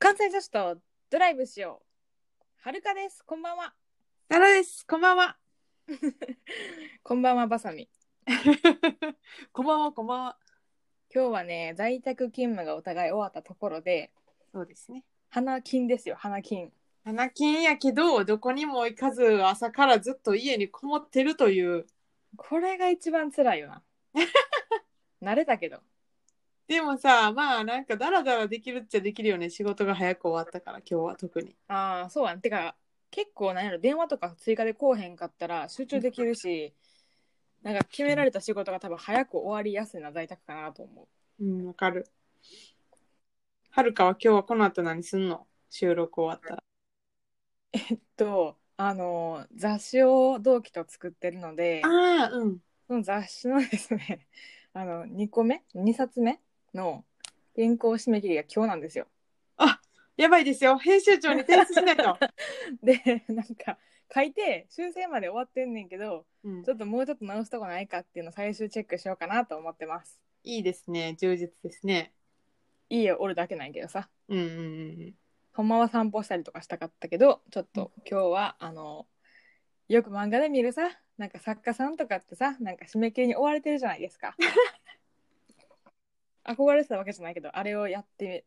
西女子とドライブしよう。はるかです。こんばんは。奈良です。こんばんは。こんばんは、バサミ。こんばんは、こんばんは。今日はね、在宅勤務がお互い終わったところで、そうですね。花金ですよ、花金。花金やけど、どこにも行かず、朝からずっと家にこもってるという。これが一番辛いよな。 慣れたけど。でもさ、まあなんかダラダラできるっちゃできるよね。仕事が早く終わったから、今日は特に。ああ、そうやん。てか、結構なんやろ、電話とか追加でこうへんかったら集中できるし、なんか決められた仕事が多分早く終わりやすいな在宅かなと思う。うん、わかる。はるかは今日はこの後何すんの収録終わったら。と、あの、雑誌を同期と作ってるので、ああ、うん。その雑誌のですね、 あの、2個目 ?2 冊目の原稿締め切りが今日なんですよ。やばいですよ。編集長に提出しない と。で、なんか、書いて、修正まで終わってんねんけど、うんちょっともうちょっと直すとこないかっていうのを最終チェックしようかなと思ってます。いいですね。充実ですね。いいよ、おるだけないけどさ。うんうんうんほんまは散歩したりとかしたかったけど、ちょっと今日は、あの、よく漫画で見るさ、なんか作家さんとかってさ、なんか締め切りに追われてるじゃない ですか。憧れてたわけじゃないけど、あれをやって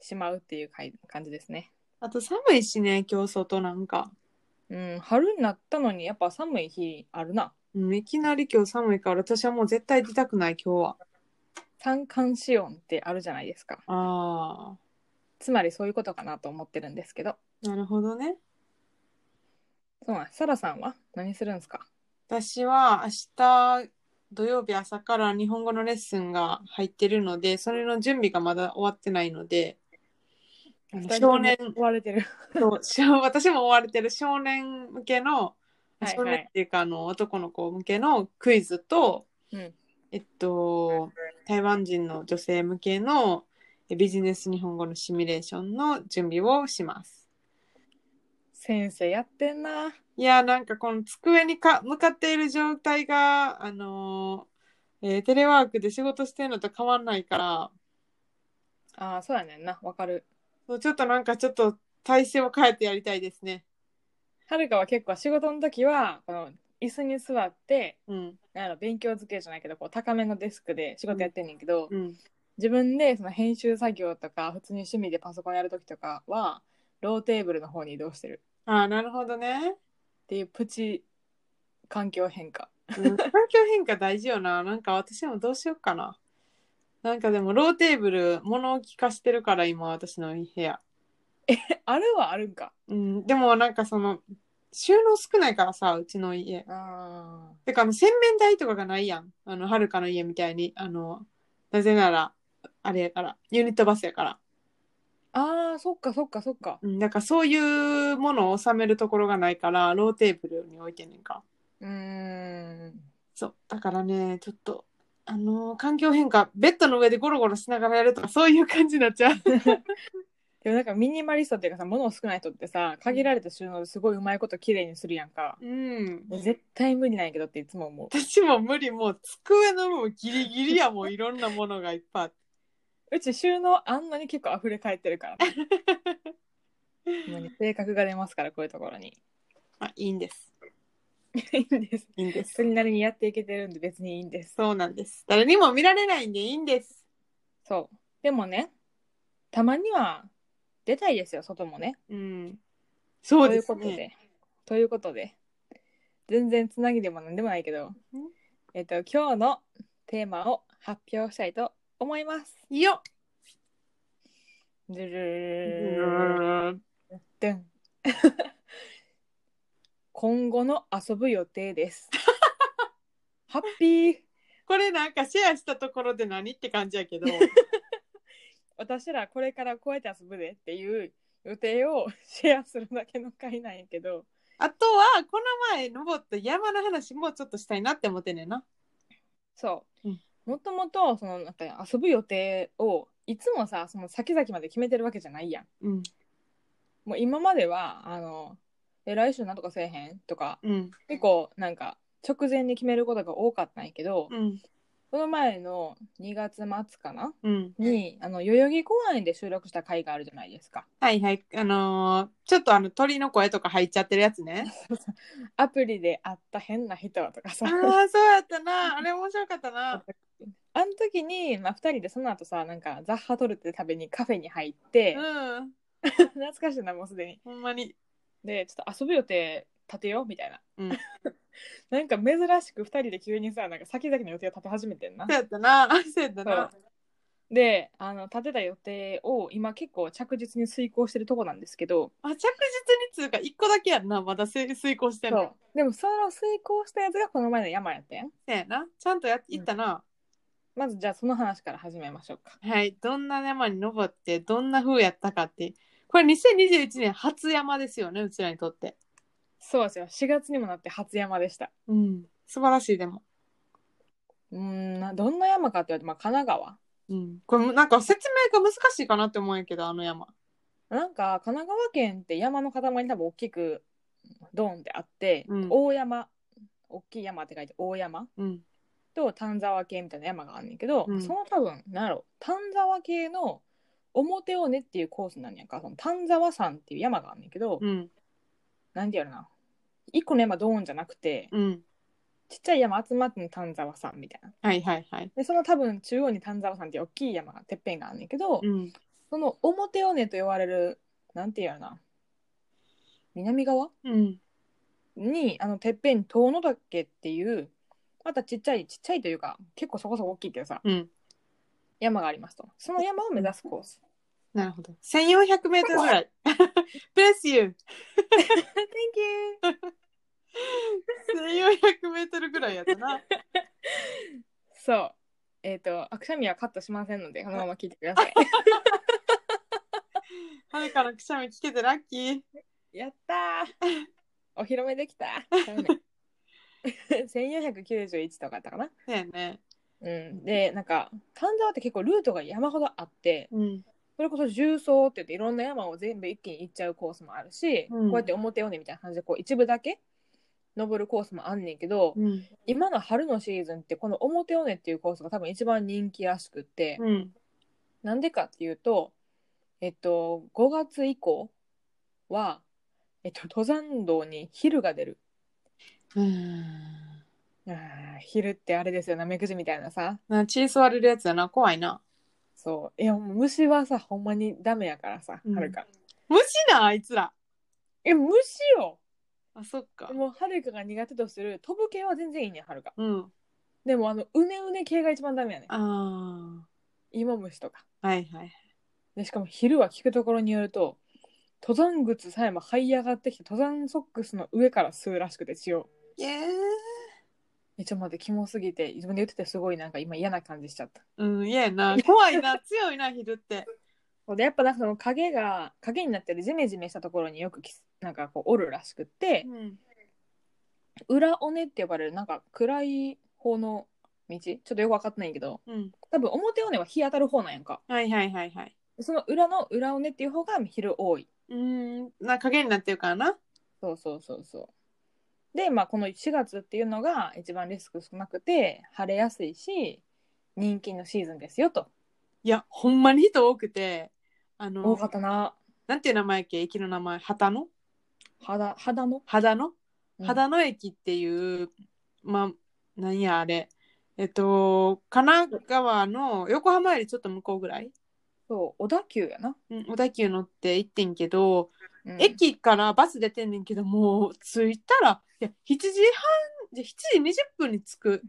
しまうっていうかい感じですね。あと寒いしね、今日外なんか。うん、春になったのにやっぱ寒い日あるな。うん、いきなり今日寒いから私はもう絶対出たくない今日は。三寒四温ってあるじゃないですか。あつまりそういうことかなと思ってるんですけど。あ、なるほどね。そうなんですサラさんは何するんですか私は明日土曜日朝から日本語のレッスンが入ってるので、それの準備がまだ終わってないので、あの少年追われてる。と、少 私も追われてる少年向けの、はい少はい年っ。ていうかあの男の子向けのクイズと、うんえっと、台湾人の女性向けのえビジネス日本語のシミュレーションの準備をします。先生やってんな。いや、なんかこの机にか向かっている状態が、あのーえーテレワークで仕事してるのと変わんないからああ、そうやねんな。わかる。そう、ちょっとなんかちょっと体勢を変えてやりたいですね。はるかは結構仕事の時は、この椅子に座って、うん、なんやろ勉強机じゃないけど、こう高めのデスクで仕事やってんねんけど、うん。自分でその編集作業とか、普通に趣味でパソコンやる時とかは、ローテーブルの方に移動してる。ああ、なるほどね。っていうプチ環境変化 うん、環境変化大事よな。なんか私もどうしようかな。なんかでもローテーブル、物置化してるから今私の部屋。あるはあるんかうん、でもなんかその、収納少ないからさ、うちの家。あてか、あの、洗面台とかがないやん。あの、はるかの家みたいに。あの、なぜなら、あれやから、ユニットバスやから。あーそっかそっかそっかうん、だからそういうものを収めるところがないから、ローテーブルに置いてんねんか。うーん そう。だからね、ちょっと、あのー環境変化、ベッドの上でゴロゴロしながらやるとか、そういう感じになっちゃう。でもなんかミニマリストっていうかさ物少ない人ってさ限られた収納ですごいうまいこと綺麗にするやんかうん。絶対無理なんやけどっていつも思う私も無理、もう机のもうギリギリや、 もういろんなものがいっぱいあって。うち収納あんなに結構溢れ返ってるからねほんまに性格が出ますからこういうところにあ、いいんです。いいんですいいんです。それなりにやっていけてるんで別にいいんですそうなんです。誰にも見られないんでいいんです。そうでもねたまには出たいですよ外もねうん。そうといでうすことね。で、ということで、全然つなぎでもなんでもないけど、えっと、今日のテーマを発表したいと思います。いいよずるうるるーんるん今後の遊ぶ予定です。ハッピーこれなんかシェアしたところで何って感じやけど私らこれからこうやって遊ぶでっていう予定をシェアするだけの回なんやけど、あとはこの前登った山の話もちょっとしたいなって思ってんねんな。そう、うんもともとそのなんか遊ぶ予定をいつもさその先々まで決めてるわけじゃないやんうんもう今まではあのえ来週なんとかせえへんとかうん結構なんか直前に決めることが多かったんやけど、うんこの前の2月末かなうん。に、あの、代々木公園で収録した回があるじゃないですか。はいはい。あのーちょっとあの鳥の声とか入っちゃってるやつね。アプリで会った変な人とかあさあ、。そうやったな。あれ面白かったな。あの時に、まあ、2人でその後さ、なんかザッハトルテ食べにカフェに入って、うん。懐かしいな、もうすでに。ほんまに。で、ちょっと遊ぶ予定立てようみたいな。うん なんか珍しく2人で急にさ、なんか先々の予定を立て始めてんなそう。やったな。そうやったな。で、あの、立てた予定を今結構着実に遂行してるとこなんですけど、あ着実につうか、一個だけやんな。まだせ遂行してんそのう。でもその遂行したやつがこの前の山やってん。そうやな。ちゃんとやっ行ったな。まずじゃあその話から始めましょうか。はい。どんな山に登って、どんな風やったかって。これ2021年初山ですよね、うちらにとって。そうですよ。4月にもなって初山でした。うん。素晴らしい、でも。うーんな、どんな山かって言われて、まあ、神奈川。うん。これ、なんか説明が難しいかなって思うんやけど、あの山。なんか神奈川県って山の塊に多分大きくドーンってあって、うん大山大きい山って書いて大山うん。と丹沢系みたいな山があんねんけど、うんその多分なんやろ丹沢系の表尾根っていうコースなんやんかその丹沢山っていう山があんねんけど、うん。なんてやろな一個の山ドーンじゃなくて、うん。ちっちゃい山集まっての丹沢山みたいなはいはいはい。でその多分中央に丹沢山っていう大きい山がてっぺんがあんねんけど、うん。その表尾根と呼ばれるなんてやろな南側うん。にあのてっぺんに遠野岳っていうまたちっちゃいちっちゃいというか結構そこそこ大きいけどさうん。山がありますとその山を目指すコースなるほど。1400メートルぐらい。Bless you! Thank you 1400メートルぐらいやったな。そうえっ、とあくしゃみはカットしませんのでこのまま聞いてくださいはるかのくしゃみ聞けてラッキー。 やったーお披露目できたちゃうね 1491とかだったかなそうやね。うん、でなんか丹沢って結構ルートが山ほどあってうん。それこそ重層って言っていろんな山を全部一気に行っちゃうコースもあるし、うんこうやって表尾根みたいな感じでこう一部だけ登るコースもあんねんけど、うん。今の春のシーズンってこの表尾根っていうコースが多分一番人気らしくって、うん。なんでかっていうとえっと5月以降は、えっと、登山道に昼が出る。うん。あー昼ってあれですよなめくじみたいなさな血吸われるやつやな。怖いな。そういやもう虫はさほんまにダメやからさうんはるか、虫な、あいつら。え虫よあ、そっか。もうはるかが苦手とする飛ぶ系は全然いいねんはるかうん。でもあのうねうね系が一番ダメやねんあ芋虫とかあ。はいはい。でしかも昼は聞くところによると登山靴さえも這い上がってきて登山ソックスの上から吸うらしくて血をえええちょっと待ってキモすぎて自分で言っててすごいなんか今嫌な感じしちゃったうん、嫌や な。怖いな。強いな、昼って。そうでやっぱなんかその影が影になってるジメジメしたところによくきなんかこうおるらしくってうん。裏尾根って呼ばれるなんか暗い方の道ちょっとよく分かってないけどうん。多分表尾根は日当たる方なんやんかはいはいはいはい。その裏の裏尾根っていう方が昼多い。うん。な、影になってるからな。そうそうそうそう。で、まあ、この4月っていうのが一番リスク少なくて、晴れやすいし、人気のシーズンですよと。いや、ほんまに人多くて、あ多のか、ったな。なんていう名前やっけ駅の名前、旗の肌、肌の。肌のうん肌の駅っていう、まあ、なんやあれ。えっと、神奈川の横浜よりちょっと向こうぐらい、そう、小田急やな。うん、小田急乗って行ってんけど、うん駅からバス出てんねんけど、もう着いたら、いや、7時半、じゃ7時20分に着く。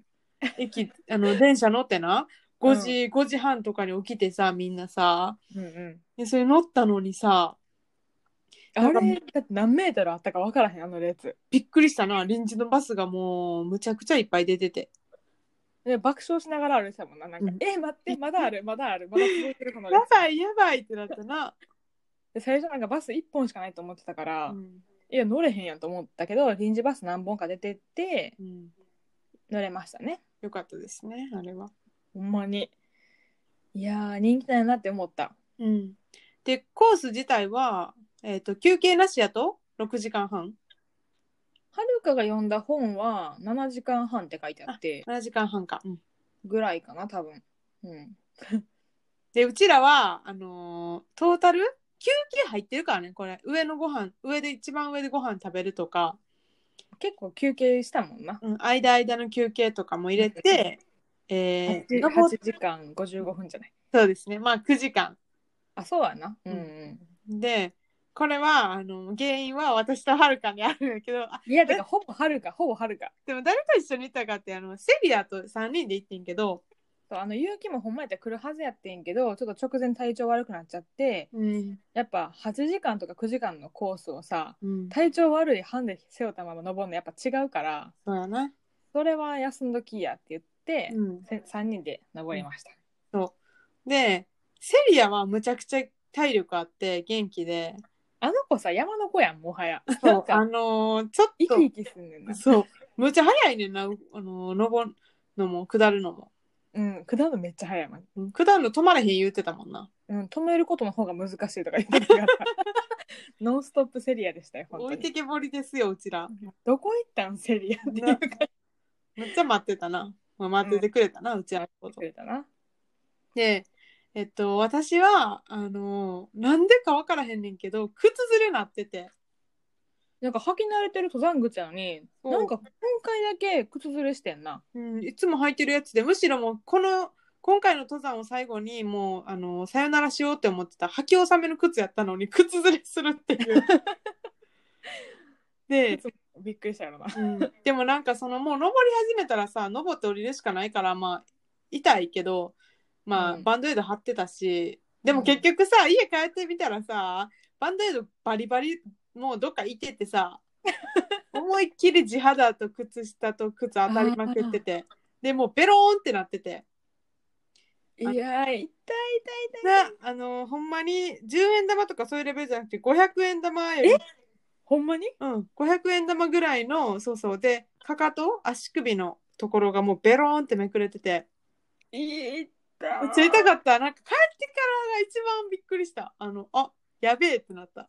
駅、 あの、電車乗ってな、5時、5時半とかに起きてさ、みんなさ、うんうん。でそれ乗ったのにさ、あれ、だって何メートルあったか分からへん、あの列。びっくりしたな臨時のバスがもうむちゃくちゃいっぱい出ててで爆笑しながら歩いてたもんな。なんか、うんえ、待って、まだある、まだある、まだ続いてる、この や列。ばいやばいってなったな、で最初なんかバス1本しかないと思ってたかうら、んいや、乗れへんやんと思ったけど、臨時バス何本か出てって、うん、乗れましたね。よかったですねあれは、ほんまに。いやー、人気だよなって思った。うん、でコース自体は、えー、と休憩なしやと6時間半はるかが読んだ本は7時間半って書いてあって、 7時間半か、うんぐらいかな、多分。うん。で、うちらは、あのートータル休憩入ってるからね、これ。上のご飯、上で、一番上でご飯食べるとか、結構休憩したもんな。うん、間間の休憩とかも入れて、えー、 8, 登っ時間55分じゃない。そうですね、まあ9時間。あ、そうやな。うんう。うんで、これは、あの、原因は私とはるかにあるんだけど、あいや、てか、ほぼはるか、ほぼはるか。でも誰と一緒に行ったかって、あの、セリアと3人で行ってんけど、そうあの、結城もほんまやったら来るはずやってんけど、ちょっと直前体調悪くなっちゃって、うん、やっぱ8時間とか9時間のコースをさ、うん、体調悪い班で背負ったまま登るのやっぱ違うから、そうやな。それは休んどきやって言って、うん。 3人で登りました。で、セリアはむちゃくちゃ体力あって元気で、あの子さ、山の子やん、もはや。なそんう、あか、のーちょっ生と、き生きすんねんな。そう、むちゃ早いねんな、うあのー登るのも、下るのも。うん、下るのめっちゃ早いもん。うん下るの止まれへん言うてたもんな。うん、止めることの方が難しいとか言ってたから。 ノンストップセリアでしたよ、置本い当てに。けぼりですよ、うちら。どこ行ったん、セリアって言なめっちゃ待ってたな。まあ待っててくれたな、うちらのこってとく。れたな。で、えっと、私は、あのーなんでかわからへんねんけど、靴ずれなってて。なんか履き慣れてる登山口やのに、そうなんか今回だけ靴ずれしてんな。うん、いつも履いてるやつでむしろもうこの今回の登山を最後にもうあのさよならしようって思ってた履き納めの靴やったのに靴ずれするっていう で、びっくりしたよな。うん、でもなんかそのもう登り始めたらさ登って降りるしかないからまあ痛いけどまあ、うんバンドエイド貼ってたしでうもん結局さ家帰ってみたらさバンドエイドバリバリもうどっかいてて さ思いっきり地肌と靴下と靴当たりまくっててでもうベローンってなってていやー、痛い痛い痛い。なあのほんまに10円玉とかそういうレベルじゃなくて500円玉よりほんまにうん、500円玉ぐらいのそうそうでかかと足首のところがもうベローンってめくれてて痛めっちゃ痛かったなんか帰ってからが一番びっくりしたあのあやべえってなった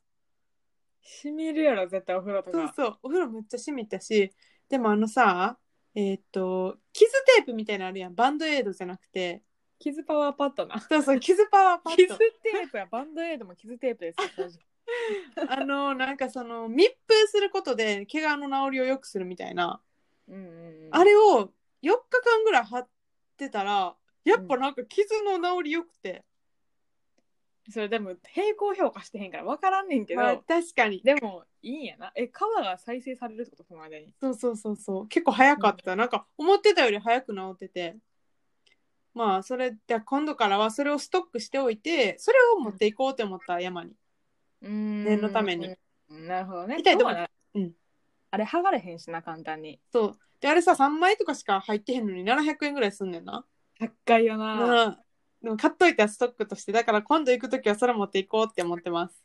しみるやろ、絶対お風呂とそうか。そうお風呂めっちゃ染みたしでもあのさえーっと傷テープみたいなのあるやんバンドエイドじゃなくて傷パワーパッドな。そうそう傷パワーパッ傷ドテープやバンドエイドも傷テープですよ正直。あのなんかその密封することで怪我の治りを良くするみたいなうんうんうんあれを4日間ぐらい貼ってたらやっぱなんか傷の治り良くて、それでも平行評価してへんから分からんねんけど、まあ、確かにでもいいんやな。え、川が再生されるってことその間に。そうそうそうそう結構早かった、なんか思ってたより早く治っててまあそれで今度からはそれをストックしておいてそれを持っていこうって思った山に念念のために。なるほどね。痛いとこそうやなうんあれ剥がれへんしな、簡単に。そうであれさ3枚とかしか入ってへんのに700円ぐらいすんねんな高いよな。うんでも買っといたストックとしてだから今度行く時はそれ持っていこうって思ってます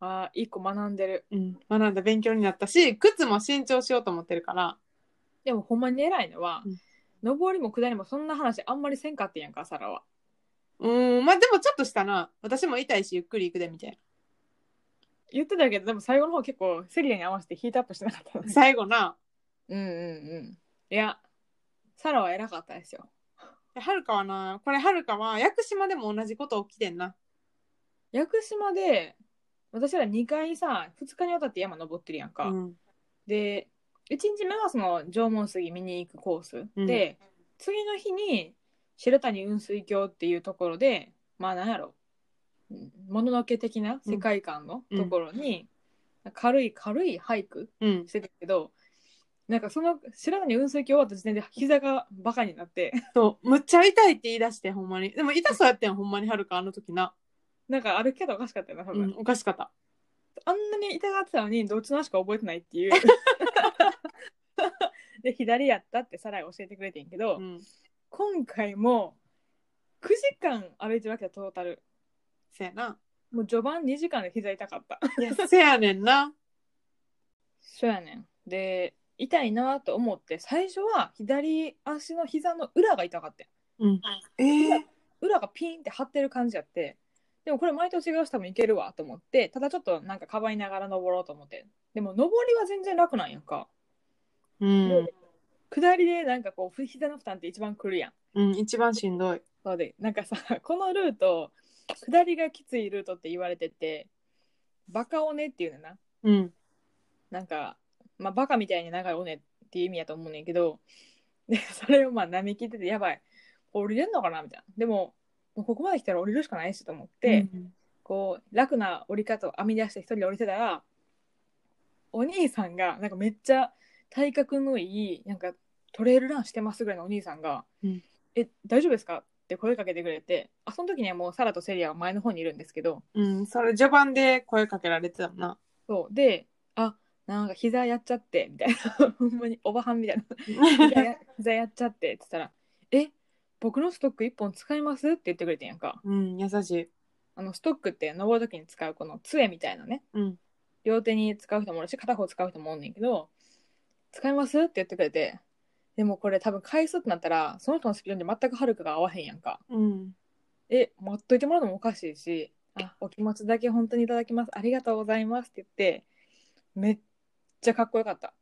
あー一個学んでる。うん学んだ勉強になったし靴も新調しようと思ってるからでもほんまに偉いのは、うん上りも下りもそんな話あんまりせんかってんやんか、サラは。うーんまあでもちょっとしたな私も痛いしゆっくり行くでみたいな言ってたけど、でも最後の方結構セリアに合わせてヒートアップしてなかったのね。最後なうんうんうん。いや、サラは偉かったですよ。はるかはな、これはるかは、屋久島でも同じこと起きてんな。屋久島で私ら2回さ2日にわたって山登ってるやんか、うん。で1日目はその縄文杉見に行くコース、うんで次の日に白谷雲水峡っていうところでまあなんやろうんもののけ的な世界観のところに、軽い軽いハイクうん。してたけどなんかその白谷雲水峡終わった時点で膝がバカになってそう、むっちゃ痛いって言い出して、ほんまに。でも痛そうやってん、ほんまにはるか、あの時な。なんか歩き方おかしかったよな多う分、ん、おかしかった。あんなに痛がってたのにどっちの足か覚えてないって いう。で左やったってサライ教えてくれてんけど、うん。今回も9時間歩いてるわけだトータルせや な。もう序盤2時間で膝痛かったいや、せやねんな。そうやねんで痛いなと思って最初は左足の膝の裏が痛かったようん。ええ裏がピンって張ってる感じやってでもこれ毎年違う人もいけるわと思ってただちょっとなんかかばいながら登ろうと思ってでも登りは全然楽なんやんか、うん。下りでなんかこう膝の負担って一番くるやんうん、一番しんどい。そうでなんかさ このルート下りがきついルートって言われててバカ尾根っていうねんなうん。なんか、まあ、バカみたいに長い尾根っていう意味やと思うねんけどでそれをまあ舐めきっててやばい降りれんのかなみたいなでももうここまで来たら降りるしかないしと思って、うんこう楽な降り方を編み出して一人で降りてたらお兄さんがなんかめっちゃ体格のいいなんかトレイルランしてますぐらいのお兄さんが「うんえ大丈夫ですか?」って声かけてくれてあその時にはもうサラとセリアは前の方にいるんですけどうん、それ序盤で声かけられてたもんな。そうで「あなんか膝やっちゃって」みたいな ほんまにおばはんみたい な膝や膝やっちゃってって言ったら「え僕のストック1本使います?」って言ってくれてんやんかうん、優しい。あのストックって登る時に使うこの杖みたいなねうん。両手に使う人もおるし片方使う人もおんねんけど「使います?」って言ってくれてでもこれ多分返すってなったらその人のスピードに全くはるかが合わへんやんかうん。え持っといてもらうのもおかしいしあお気持ちだけ本当にいただきますありがとうございますって言ってめっちゃかっこよかった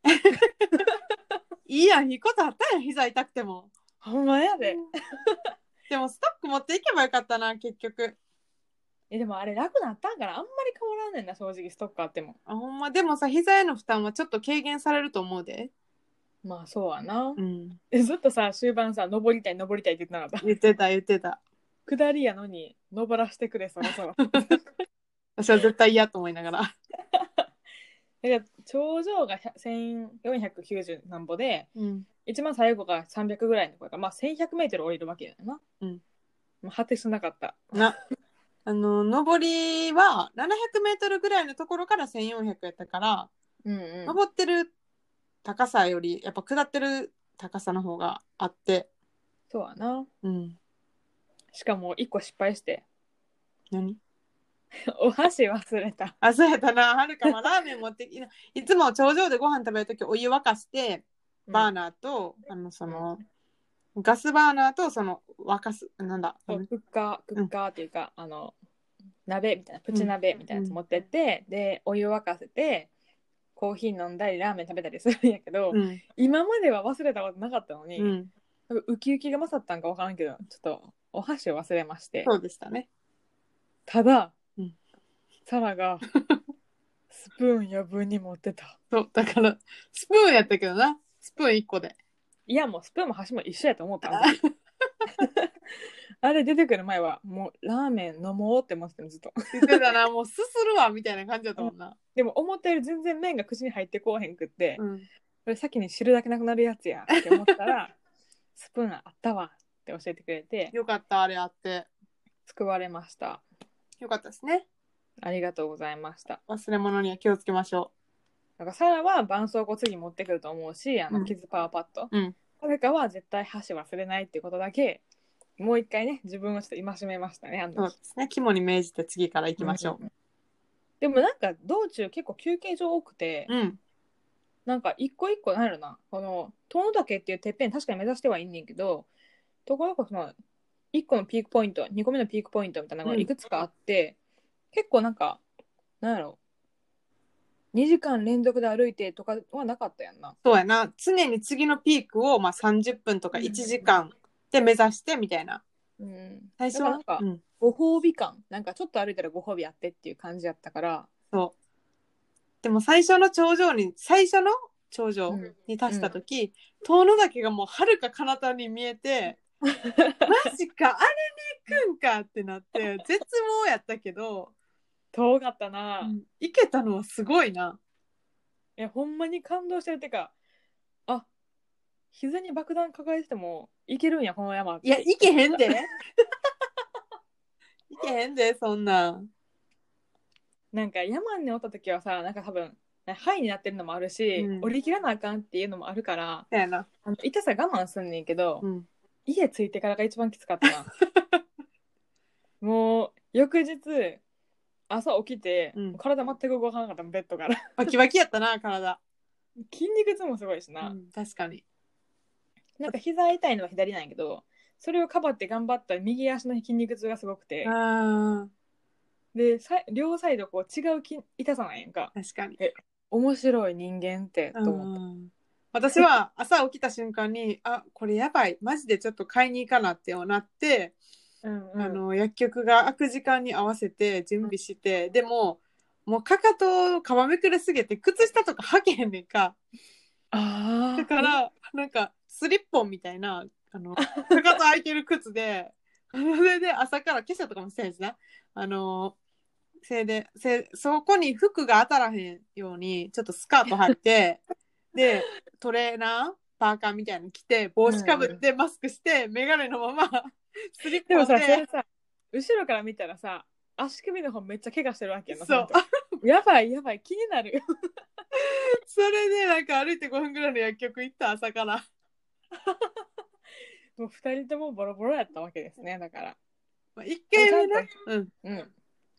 いいやん、いいことあったやん、膝痛くても。ほんまやで、 でも、ストック持っていけばよかったな、結局。えでもあれ楽なったんからあんまり変わらんねんな正直ストックあってもあほんま、でもさ、膝への負担はちょっと軽減されると思うで。まあそうやな、ん。えずっとさ終盤さ登りたい登りたいって言ってなかった言ってた、言ってた。下りやのに登らしてくれそろ そろ私は絶対嫌と思いながら。だから頂上が100 1490何歩でうん。一番最後が300ぐらいのとこやからまあ 1100m 降りるわけやな、うんまあ、果てしなかったな。あの、上りは700メートルぐらいのところから1400やったから、うんうん登ってる高さより、やっぱ下ってる高さの方があって。そうやなうん。しかも1個失敗して 何お箸忘れたあ、そうやったな。はるかはラーメン持ってきな。 いつも頂上でご飯食べるときお湯沸かして、 バーンナーと、あの、その、ガスバーナーと、その、沸かす、なんだ、あのクッカークッカーっていうか、あの鍋みたいなプチ鍋みたいなやつ持ってって、でお湯沸かせてコーヒー飲んだりラーメン食べたりするんやけど、うん。今までは忘れたことなかったのに、うん。多分ウキウキが勝ったんか分からんけどちょっとお箸を忘れましてそうでしたね。ただ、うんサラ がスプーン余分に持ってたそう、だから、スプーンやったけどな。スプーン1個で。いやもうスプーンも箸も一緒やと思った あれ出てくる前はもうラーメン飲もうって思ってたのずっと言ってた な、もうすするわ、みたいな感じだったもんな。でも思ったより全然麺が口に入ってこうへんくって、こうん。れ先に汁だけなくなるやつやって思ったらスプーンあったわって教えてくれてよかった、あれあって。救われましたよかったですね。ありがとうございました忘れ物には気をつけましょなんかサラは絆創膏次持ってくると思うしあうんのキズパワーパッド、うんはるかは絶対箸忘れないってことだけもう一回ね自分をちょっと戒めましたねあのう。時そうですね。肝に銘じて次から行きましょうんでもなんか道中結構休憩所多くて、う。うん。なんか一個一個なんやろなこの遠野岳っていうてっぺん確かに目指してはいんねんけどところがその1個のピークポイント2個目のピークポイントみたいなのがうんいくつかあって、結構なんかなんやろ2時間連続で歩いてとかはなかったやんな。そうやな。常に次のピークを、まあ、30分とか1時間で目指して、みたいな。うん、最初は。なんかうん、ご褒美感なんかちょっと歩いたらご褒美やってっていう感じやったから、そう。でも最初の頂上に、最初の頂上うんに達した時遠野岳がもう遥か彼方に見えて、 マジか、あれに行くんかってなって、 絶望やったけど、遠かったな、い行けたのはすごいな。やほんまに感動してるってかあ膝に爆弾抱えててもいけるんやこの山いや、行けへんで。 行けへんで、そんなん。なんか山におった時はさなんか多分ハイになってるのもあるし、うん折り切らなあかんっていうのもあるからそうやな。あの痛さ我慢すんねんけど、うん。家着いてからが一番きつかった なもう翌日朝起きて、うん体全く動かなかったもんベッドからバキバキやったな、体。筋肉痛もすごいしうな、ん、確かに。なんか膝痛いのは左なんやけどそれをかばって頑張った右足の筋肉痛がすごくてああ、でさ両サイドこう違う筋痛さなんやんか確かに。面白い人間ってと思ったうん私は朝起きた瞬間に、あ、これやばい。マジでちょっと買いに行かなってなって、うんあの、薬局が開く時間に合わせて準備して、でも、もうかかとを皮めくれすぎて、靴下とか履けへんねんか。あだから、なんか、スリッポンみたいな、あの、かかと開いてる靴で、 それで朝から、化粧とかもしてないしな。あの、せいで、せいそこに服が当たらへんように、ちょっとスカート履い て、で、トレーナー、パーカーみたいなの着て、帽子かぶって、マスクして、メガネのまま、スリッでポンもさ、そでれ、さ、後ろから見たらさ、足首の方めっちゃ怪我してるわけやな。そうほんとやばいやばい、気になる。 それで、なんか歩いて5分ぐらいの薬局行った、朝から。もう二人ともボロボロやったわけですね、だから。まあ、1回目なち、うん、うん。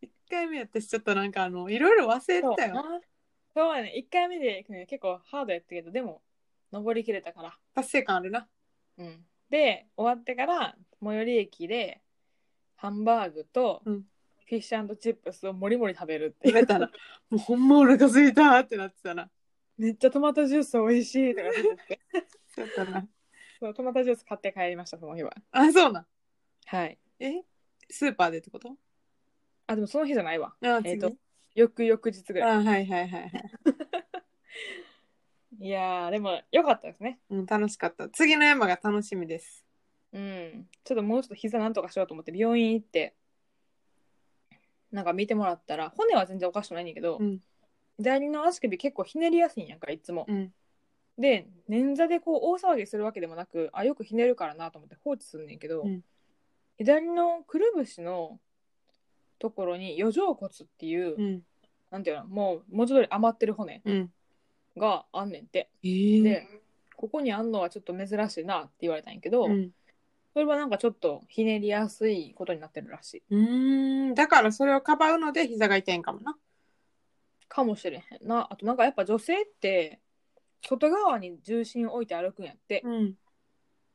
1回目やってし、ちょっとなんか、あの、いろいろ忘れそうてたよ。そうやね、1回目で、ね、結構ハードやったけど、でも、登りきれたから。達成感あるな。うん、で終わってから最寄り駅でハンバーグとうんフィッシュチップスをもりもり食べるって食いう、べたら、 もうほんまお腹すいたってなってたな。 めっちゃトマトジュース美味しいとか言っててそうやったな。 そうトマトジュース買って帰りましたその日はあ、そうなん。はいえスーパーでってことあでもその日じゃないわあ、えっ、次と翌々日ぐらあ、いはいはいはいはい。いやーでも良かったですねうん、楽しかった。次の山が楽しみです。うんちょっともうちょっと膝なんとかしようと思って病院行ってなんか見てもらったら骨は全然おかしくないねんだけど、うん左の足首結構ひねりやすいんやんかいつも、うん。で捻挫でこう大騒ぎするわけでもなくあよくひねるからなと思って放置すんねんけど、うん左のくるぶしのところに余剰骨っていう、うん。なんていうのもう文字通り余ってる骨うん。があんねんって、えーでここにあんのはちょっと珍しいなって言われたんやけど、うん。それはなんかちょっとひねりやすいことになってるらしいうーん。だからそれをかばうので膝が痛いんかもな。かもしれへんなあとなんかやっぱ女性って外側に重心を置いて歩くんやって、うん。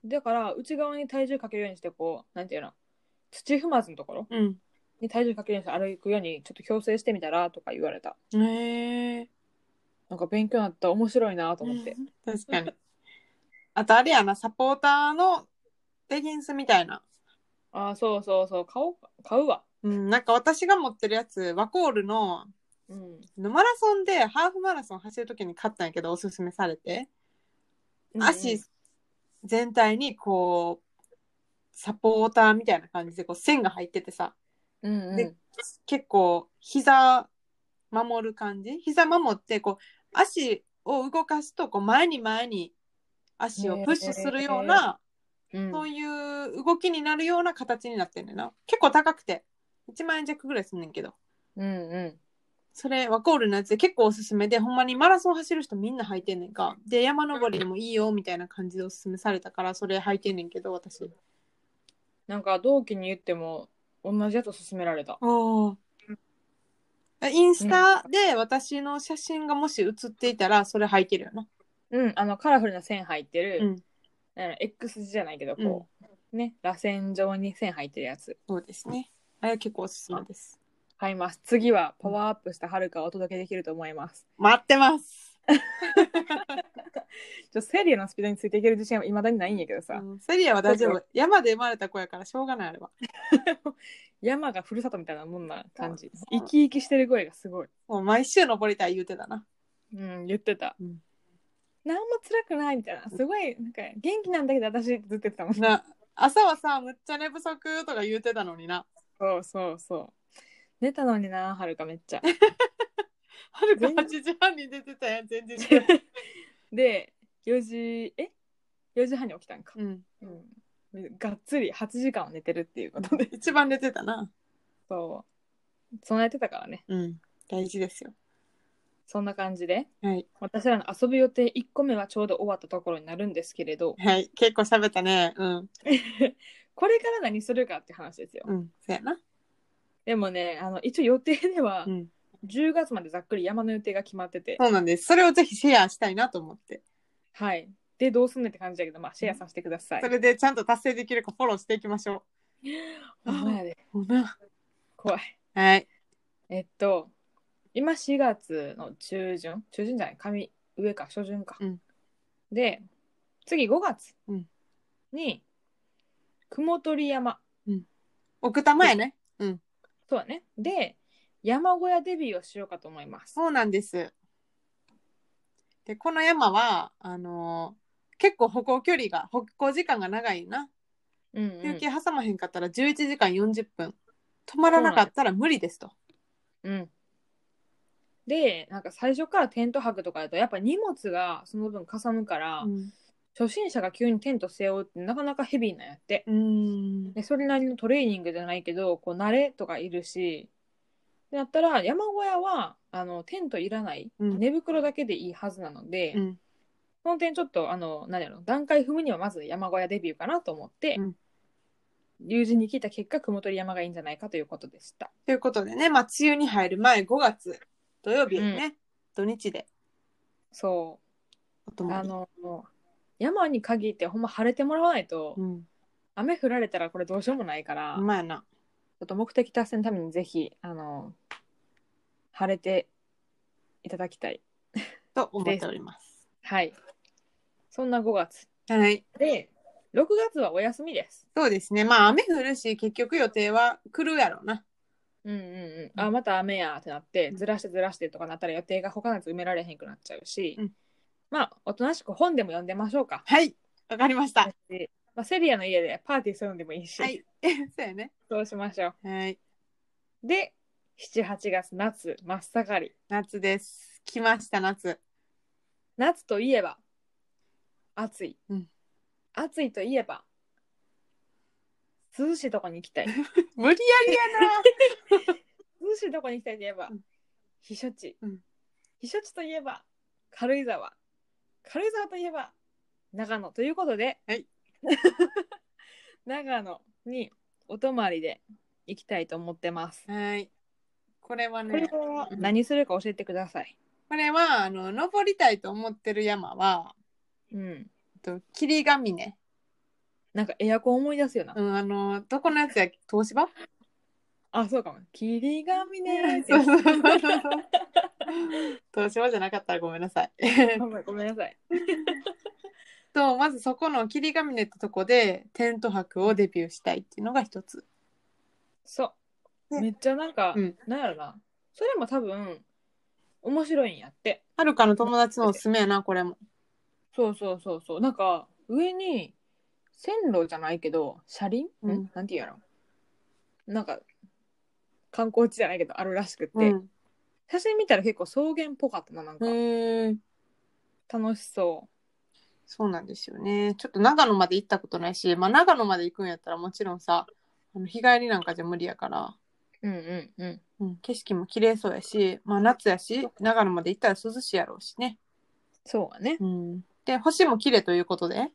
だから内側に体重かけるようにしてこうなんていうの土踏まずのところ、うん。に体重かけるように歩くようにちょっと矯正してみたらとか言われたえー。なんか勉強になった面白いなと思って、確かに。あとあれやな、サポーターのレギンスみたいな。ああそうそうそう買おうか買うわうん。なんか私が持ってるやつ、ワコールのうん、マラソンでハーフマラソン走る時に買ったんやけどおすすめされて、足全体にこうサポーターみたいな感じでこう線が入っててさうんうん、で結構膝守る感じ膝守ってこう足を動かすとこう前に前に足をプッシュするような、うんそういう動きになるような形になってんねんな結構高くて1万円弱ぐらいすんねんけどうんうそれワコールのやつで結構おすすめでほんまにマラソン走る人みんな履いてんねんかで山登りでもいいよみたいな感じでおすすめされたからそれ履いてんねんけど私なんか同期に言っても同じやつ勧められたおインスタで私の写真がもし写っていたらそれ履いてるよなうんあのカラフルな線入ってる、うんなんやろ X 字じゃないけどこう、ね螺旋状に線入ってるやつそうですねあれ結構おすすめです買います次はパワーアップしたはるかをお届けできると思います待ってます、ちょセリアのスピードについていける自信はいまだにないんやけどさ、うんセリアは大丈夫山で生まれた子やからしょうがないあれは山がふるさとみたいなもんな感じそう生き生きしてる声がすごい、もう毎週登りたい言うてたなうん、言ってた、うん何も辛くないみたいなすごいなんか元気なんだけど私ずっと言ってたもんねな朝はさむっちゃ寝不足とか言うてたのになそうそうそう寝たのになはるかめっ ちゃはるか全8然時半に出てたやん全然 で4時え4時半に起きたんか、うんうんがっつり8時間は寝てるっていうことで一番寝てたな。そう備えてたからねうん。大事ですよ。そんな感じではい。私らの遊ぶ予定1個目はちょうど終わったところになるんですけれどはい。結構喋ったね。うん。これから何するかって話ですようん。そうやな。でもね、あの一応予定ではうん。 10月までざっくり山の予定が決まってて、そうなんです。それをぜひシェアしたいなと思って。はい。で、どうすんねんって感じだけど、まあ、シェアさせてくださいそ。れでちゃんと達成できるかフォローしていきましょほんまやで、う。ほな。怖い。はい。えっと、今4月の中旬、中旬じゃない、上上か、初旬か、うんで次5月うんに、雲取山奥多摩やね。そうだねで山小屋デビューをしようかと思います。そうなんです。で、この山は、あのー結構歩行距離が、歩行時間が長いな。うん休憩挟まへんかったら11時間40分。止まらなかったら無理ですと。うんうん、でなんか最初からテント泊とかだとやっぱ荷物がその分かさむから、うん初心者が急にテント背負うってなかなかヘビーなんやって。うん。でそれなりのトレーニングじゃないけどこう慣れとかいるしだったら山小屋はあのテントいらない、うん寝袋だけでいいはずなので、うんその点ちょっとあの何やろ段階踏むにはまず山小屋デビューかなと思って、うん友人に聞いた結果雲取山がいいんじゃないかということでした。ということでね、まあ、梅雨に入る前5月土曜日ね、土日でそお泊うまあり。の山に限ってほんま晴れてもらわないと、うん。雨降られたらこれどうしようもないから、うまやな。ちょっと目的達成のためにぜひあの晴れていただきたい。と思っております。はい。そんな5月。はい。で、6月はお休みです。そうですね。まあ、雨降るし、結局予定は来るやろうな。うんうんうん。あ、また雨やってなって、ずらしてずらしてとかなったら予定が他のやつ埋められへんくなっちゃうし、うんまあ、おとなしく本でも読んでましょうか。はい。わかりました。でまあ、セリアの家でパーティーするのでもいいし、はい。 そうやね。そうしましょはい。う。で、7、8月、夏、真っ盛り。夏です。来ました、夏。夏といえば、暑い。うん暑いといえば、涼しいとこに行きた い。無理やりやな。涼しいとこに行きたいといえば、うん避暑地、うん避暑地といえば軽井沢軽井沢といえば長野ということで、はい 長野にお泊まりで行きたいと思ってます、 はい。これはこれね、は何するか教えてください、これは、あの、登りたいと思ってる山は、うん、えっと霧ヶ峰。なんかエアコン思い出すよな、うん、あの、どこのやつや、東芝あそうかも霧ヶ峰 ってそうそうそうそう。東芝じゃなかったらごめんなさい。 ごめんごめんなさいと、まずそこの霧ヶ峰ってとこで、テント泊をデビューしたいっていうのが一つ。そうねめっちゃなんか、うんなんやろなそれも多分面白いんやってはるかの友達のおすすめやな、これも。そうそうそうそうなんか上に線路じゃないけど車輪、うんん、なんていうやろなんか観光地じゃないけどあるらしくって、うん。写真見たら結構草原っぽかったななんかへー楽しそそうなんですよね。ちょっと長野まで行ったことないし、まあ長野まで行くんやったらもちろんさ、あの日帰りなんかじゃ無理やから、ううんうんうんうん、景色も綺麗そうやし、まあ夏やし、長野まで行ったら涼しいやろうしね。そうだねうん。で、星も綺麗ということで、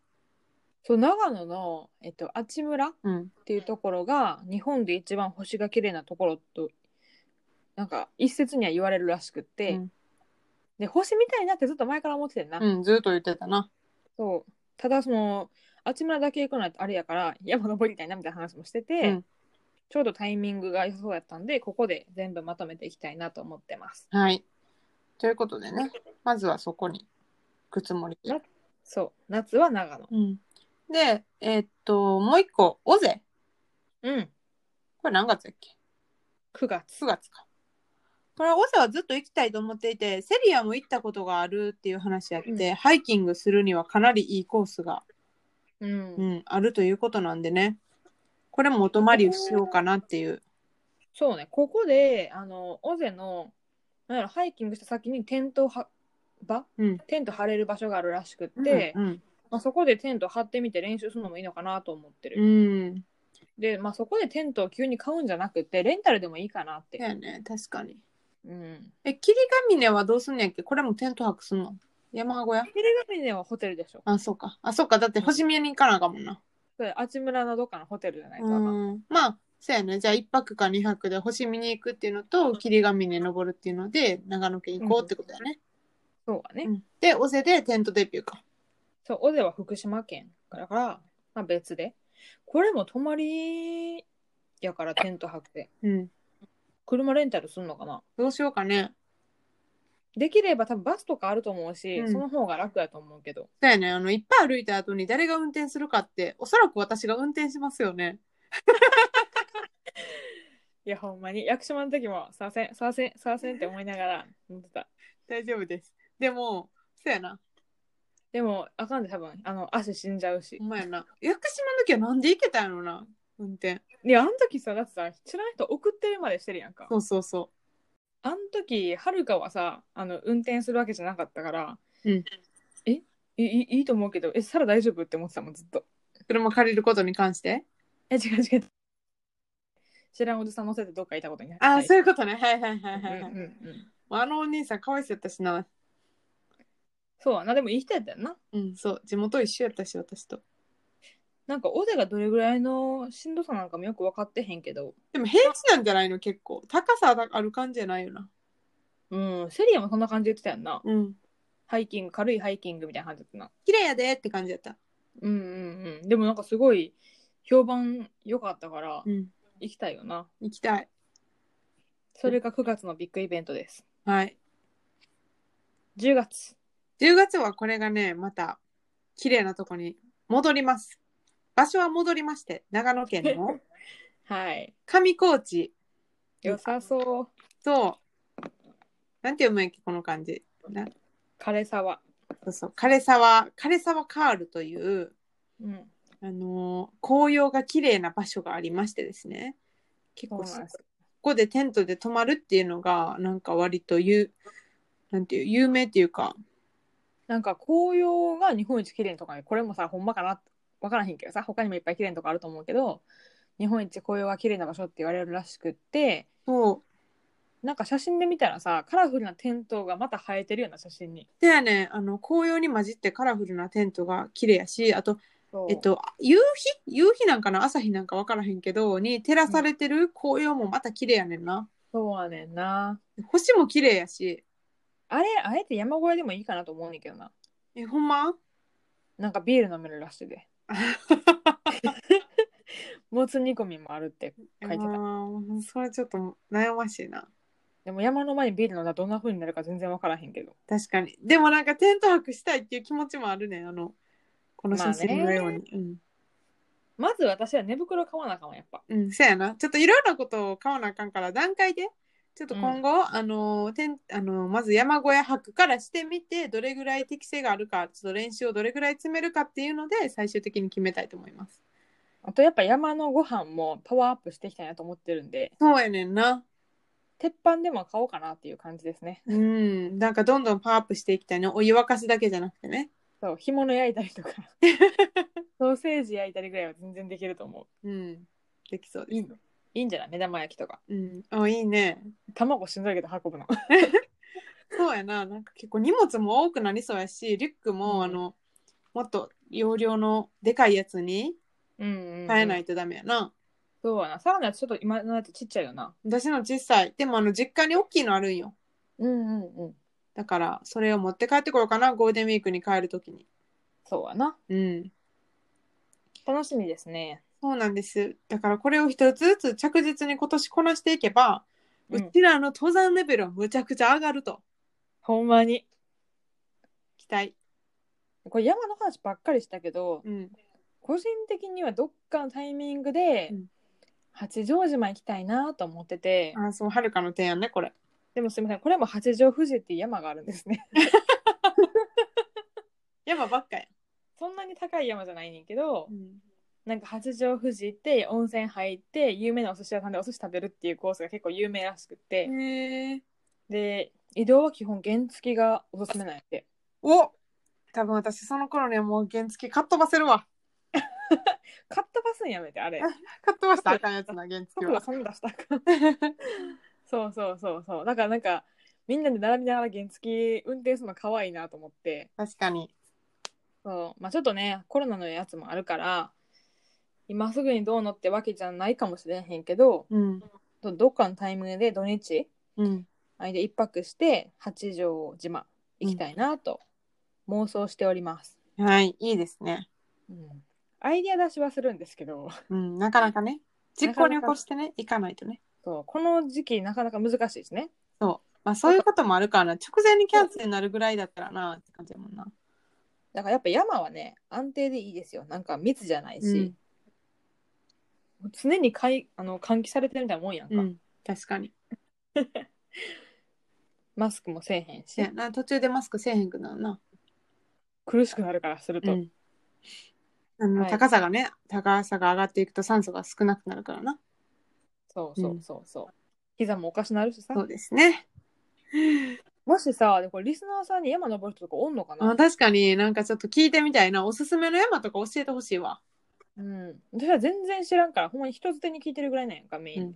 そう長野の、えっと、阿智村っうん。ていうところが日本で一番星が綺麗なところとなんか一説には言われるらしくって、うんで星みたいなってずっと前から思っててんな、うん、ずっと言ってたな。そうただそのあっち村だけ行くのはあれやから山登りたいなみたいな話もしてて、うんちょうどタイミングが良さそうやったんでここで全部まとめていきたいなと思ってますはい。ということでね、まずはそこに行くつもりで。そう夏は長野うん。で、えーっと、もう一個、尾瀬。うんこれ何月やっけ9月9月か。これは尾瀬はずっと行きたいと思っていてセリアも行ったことがあるっていう話やって、うんハイキングするにはかなりいいコースが、うん、うん、あるということなんでねこれもお泊まりをしようかなっていう、そうねここであの尾瀬のなんやろハイキングした先にテントは場、うんテント張れる場所があるらしくって、うんまあ、そこでテント張ってみて練習するのもいいのかなと思ってうる、んで、まあ、そこでテントを急に買うんじゃなくてレンタルでもいいかなって、だよね確かにうん、え霧ヶ峰はどうすんねやっけこれもテント泊すんの山小屋テレビではホテルでしょ。あそうかあそうかだって星見に行かなあかんもんなそれ、あちむらのどっかのホテルじゃないとあかんうんまあそうやねじゃあ1泊か2泊で星見に行くっていうのと霧ヶ峰登るっていうので長野県行こうってことだね、そうだね。うんで、尾瀬でテントデビューか。そう、尾瀬は福島県だから、まあ別で。これも泊まりやからテント泊で。うん。車レンタルすんのかなどうしようかね。できれば多分バスとかあると思うし、うんその方が楽やと思うけど。だよね。あの、いっぱい歩いた後に誰が運転するかって、おそらく私が運転しますよね。いや、ほんまに。屋久島の時も、させん、させん、させんって思いながら乗ってた。大丈夫です。でも、そうやな。でも、あかんで多分、あの、足死んじゃうしほ。んまやな。屋久島の時はなんで行けたんやろな。運転。いや、あの時さ、だってさ、知らない人送ってるまでしてるやんかそ。うそうそあの時、はるかはさ、あの、運転するわけじゃなかったから、うんえいいいいと思うけど、え、サラ大丈夫って思ってたもん、ずっと。う。車借りることに関して。え、違う違う。知らんおじさん乗せてどっかいたことになああ、そういううことね。はいはいはんいはい。はいうんうん。あのお兄さんかわいそうやったしな。そうやな、でもいい人やったよな。うん、そう。地元一緒やったし、私と。なんか、オゼがどれぐらいのしんどさなんかもよく分かってへんけど、でも平地なんじゃないの結構。高さある感じじゃないよな。うん、セリアもそんな感じで言ってたよな。うん。ハイキング、軽いハイキングみたいな感じだったな。綺麗やでって感じやった。うんうんうん。でもなんかすごい評判良かったからう、ん。行きたいよな。行きたい。それが9月のビッグイベントです。はい。 10月。 10月はこれがね、また、綺麗なとこに戻ります。場所は戻りまして、長野県 のはい。上高地良さそう。と、なんて読むんやっけ、この感じ。枯沢。そうそう、枯沢、枯沢カールという、うん。あのー紅葉が綺麗な場所がありましてですね。結構そうそなんでこでテントで泊まるっていうのが、なんか割とゆなんていう、有名っていうか、なんか紅葉が日本一綺麗なとかね、これもさ、ほんまかなわからへんけどさ、他にもいっぱい綺麗なとこあると思うけど、日本一紅葉が綺麗な場所って言われるらしくって、そう、なんか写真で見たらさ、カラフルなテントがまた生えてるような写真に。ではね、あの、紅葉に混じってカラフルなテントが綺麗やし、あと、えっそう、と、夕日夕日なんかな朝日なんか分からへんけど、に照らされてる紅葉もまた綺麗やねんな。そうやねんな。星も綺麗やし。あれ、あえて山小屋でもいいかなと思うねんけどな。え、ほんまなんかビール飲めるらしいで。もつ煮込みもあるって書いてあた。ーそれちょっと悩ましいな。でも山の前にビール飲んだらどんな風になるか全然わからへんけど。確かに。でもなんかテント泊したいっていう気持ちもあるねんあの、この写真のように。まず私は寝袋買わなあかんわ、やっぱ。うん。うん、そやな。ちょっといろいろなことを買わなあかんから、段階で、ちょっと今後、あの、テンあのまず山小屋泊からしてみて、どれぐらい適性があるか、ちょっと練習をどれぐらい詰めるかっていうので、最終的に決めたいと思います。あとやっぱ山のご飯もパワーアップしていきたいなと思ってるんで、そうやねんな。鉄板でも買おうかなっていう感じですね。うん。なんかどんどんパワーアップしていきたいね。お湯沸かすだけじゃなくてね。そう、干物焼いたり とか、ソーセージ焼いたりぐらいは全然できると思うん。できそうう。いでいす。いいんじゃない目玉焼きとか。うん。あ、いいね。卵しんどいけど運ぶの。そうやな。なんか結構荷物も多くなりそうやし、リュックも、うんあの、もっと容量のでかいやつにうんうん、変えない。とダメやな。そうやな。さらにはちょっと今のやつちっちゃいよな。私の小さい。でもあの、実家に大きいのあるんよ。うんうんうん。だから、それを持って帰ってこようかな。ゴールデンウィークに帰るときに。そうやな。うん。楽しみですね。そうなんです。だからこれを一つずつ着実に今年こなしていけば、う、うんちらの登山レベルはむちゃくちゃ上がるとほんまに。期待。これ山の話ばっかりしたけど、うん。個人的にはどっかのタイミングでうん八丈島行きたいなと思ってて、あ、そう、はるかの提案ね、これ。でもすみませんこれも八丈富士っていう山があるんですね 山ばっかや。そんなに高い山じゃないねんけど、ん。なんか八丈富士行って温泉入って有名なお寿司屋さんでお寿司食べるっていうコースが結構有名らしくって、へえ。で移動は基本原付がおすすめなんやってお多分私その頃にはもう原付かっ飛ばせるわ。買ったバスにやめてあれかっ飛ばしたらあかんやつな、原付僕がは。そんな出したら あかんそうそうそうそうだからなんかみんなで並びながら原付運転するの可愛いなと思って確かに。そう、まあ、ちょっとね、コロナのやつもあるから、今すぐにどうのってわけじゃないかもしれへんけど、うん。どどっかのタイミングで土日、うん。あれで一泊して、八丈島行きたいなと妄想しております。はい、いいですね。うんアイディア出しはするんですけど、うん、なかなかね。実行に起こしてね、行かないとね。そうこの時期なかなか難しいですね。そまあそういうこともあるからな。直前にキャンセルになるぐらいだったらなって感じやもんな。だからやっぱ山はね安定でいいですよなんか密じゃないし、常にかいあの換気されてるみたいなもんやんか、うん、確かに。マスクもせえへんしせやな途中でマスクせえへんくなるな。苦しくなるからすると、うんあのはい高さがね、高さが上がっていくと酸素が少なくなるからな。そうそうそうそう、膝もおかしなるしさそうですね。もしさでこれリスナーさんに山登る人とかおんのかあな確かになんかちょっと聞いてみたいな。おすすめの山とか教えてほしいわ。うん私は全然知らんからほんまに人づてに聞いてるぐらいなんやんかメイン、うん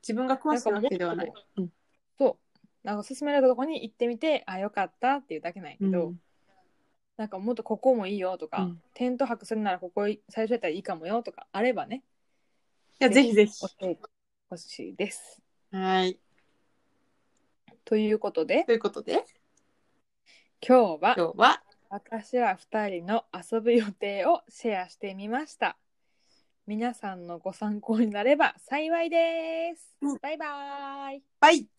自分が詳しいわけではない。うんそうなんか勧められたとこに行ってみてあよかったっていうだけなんやけど、うんなんかもっとここもいいよとか、うんテント泊するならここ最初やったらいいかもよとかあればねいや、ぜひぜひ。教えてほしいです。はい。ということでということで、今日は今日は、私ら2人の遊ぶ予定をシェアしてみました。皆さんのご参考になれば幸いです。バイバイ。バイ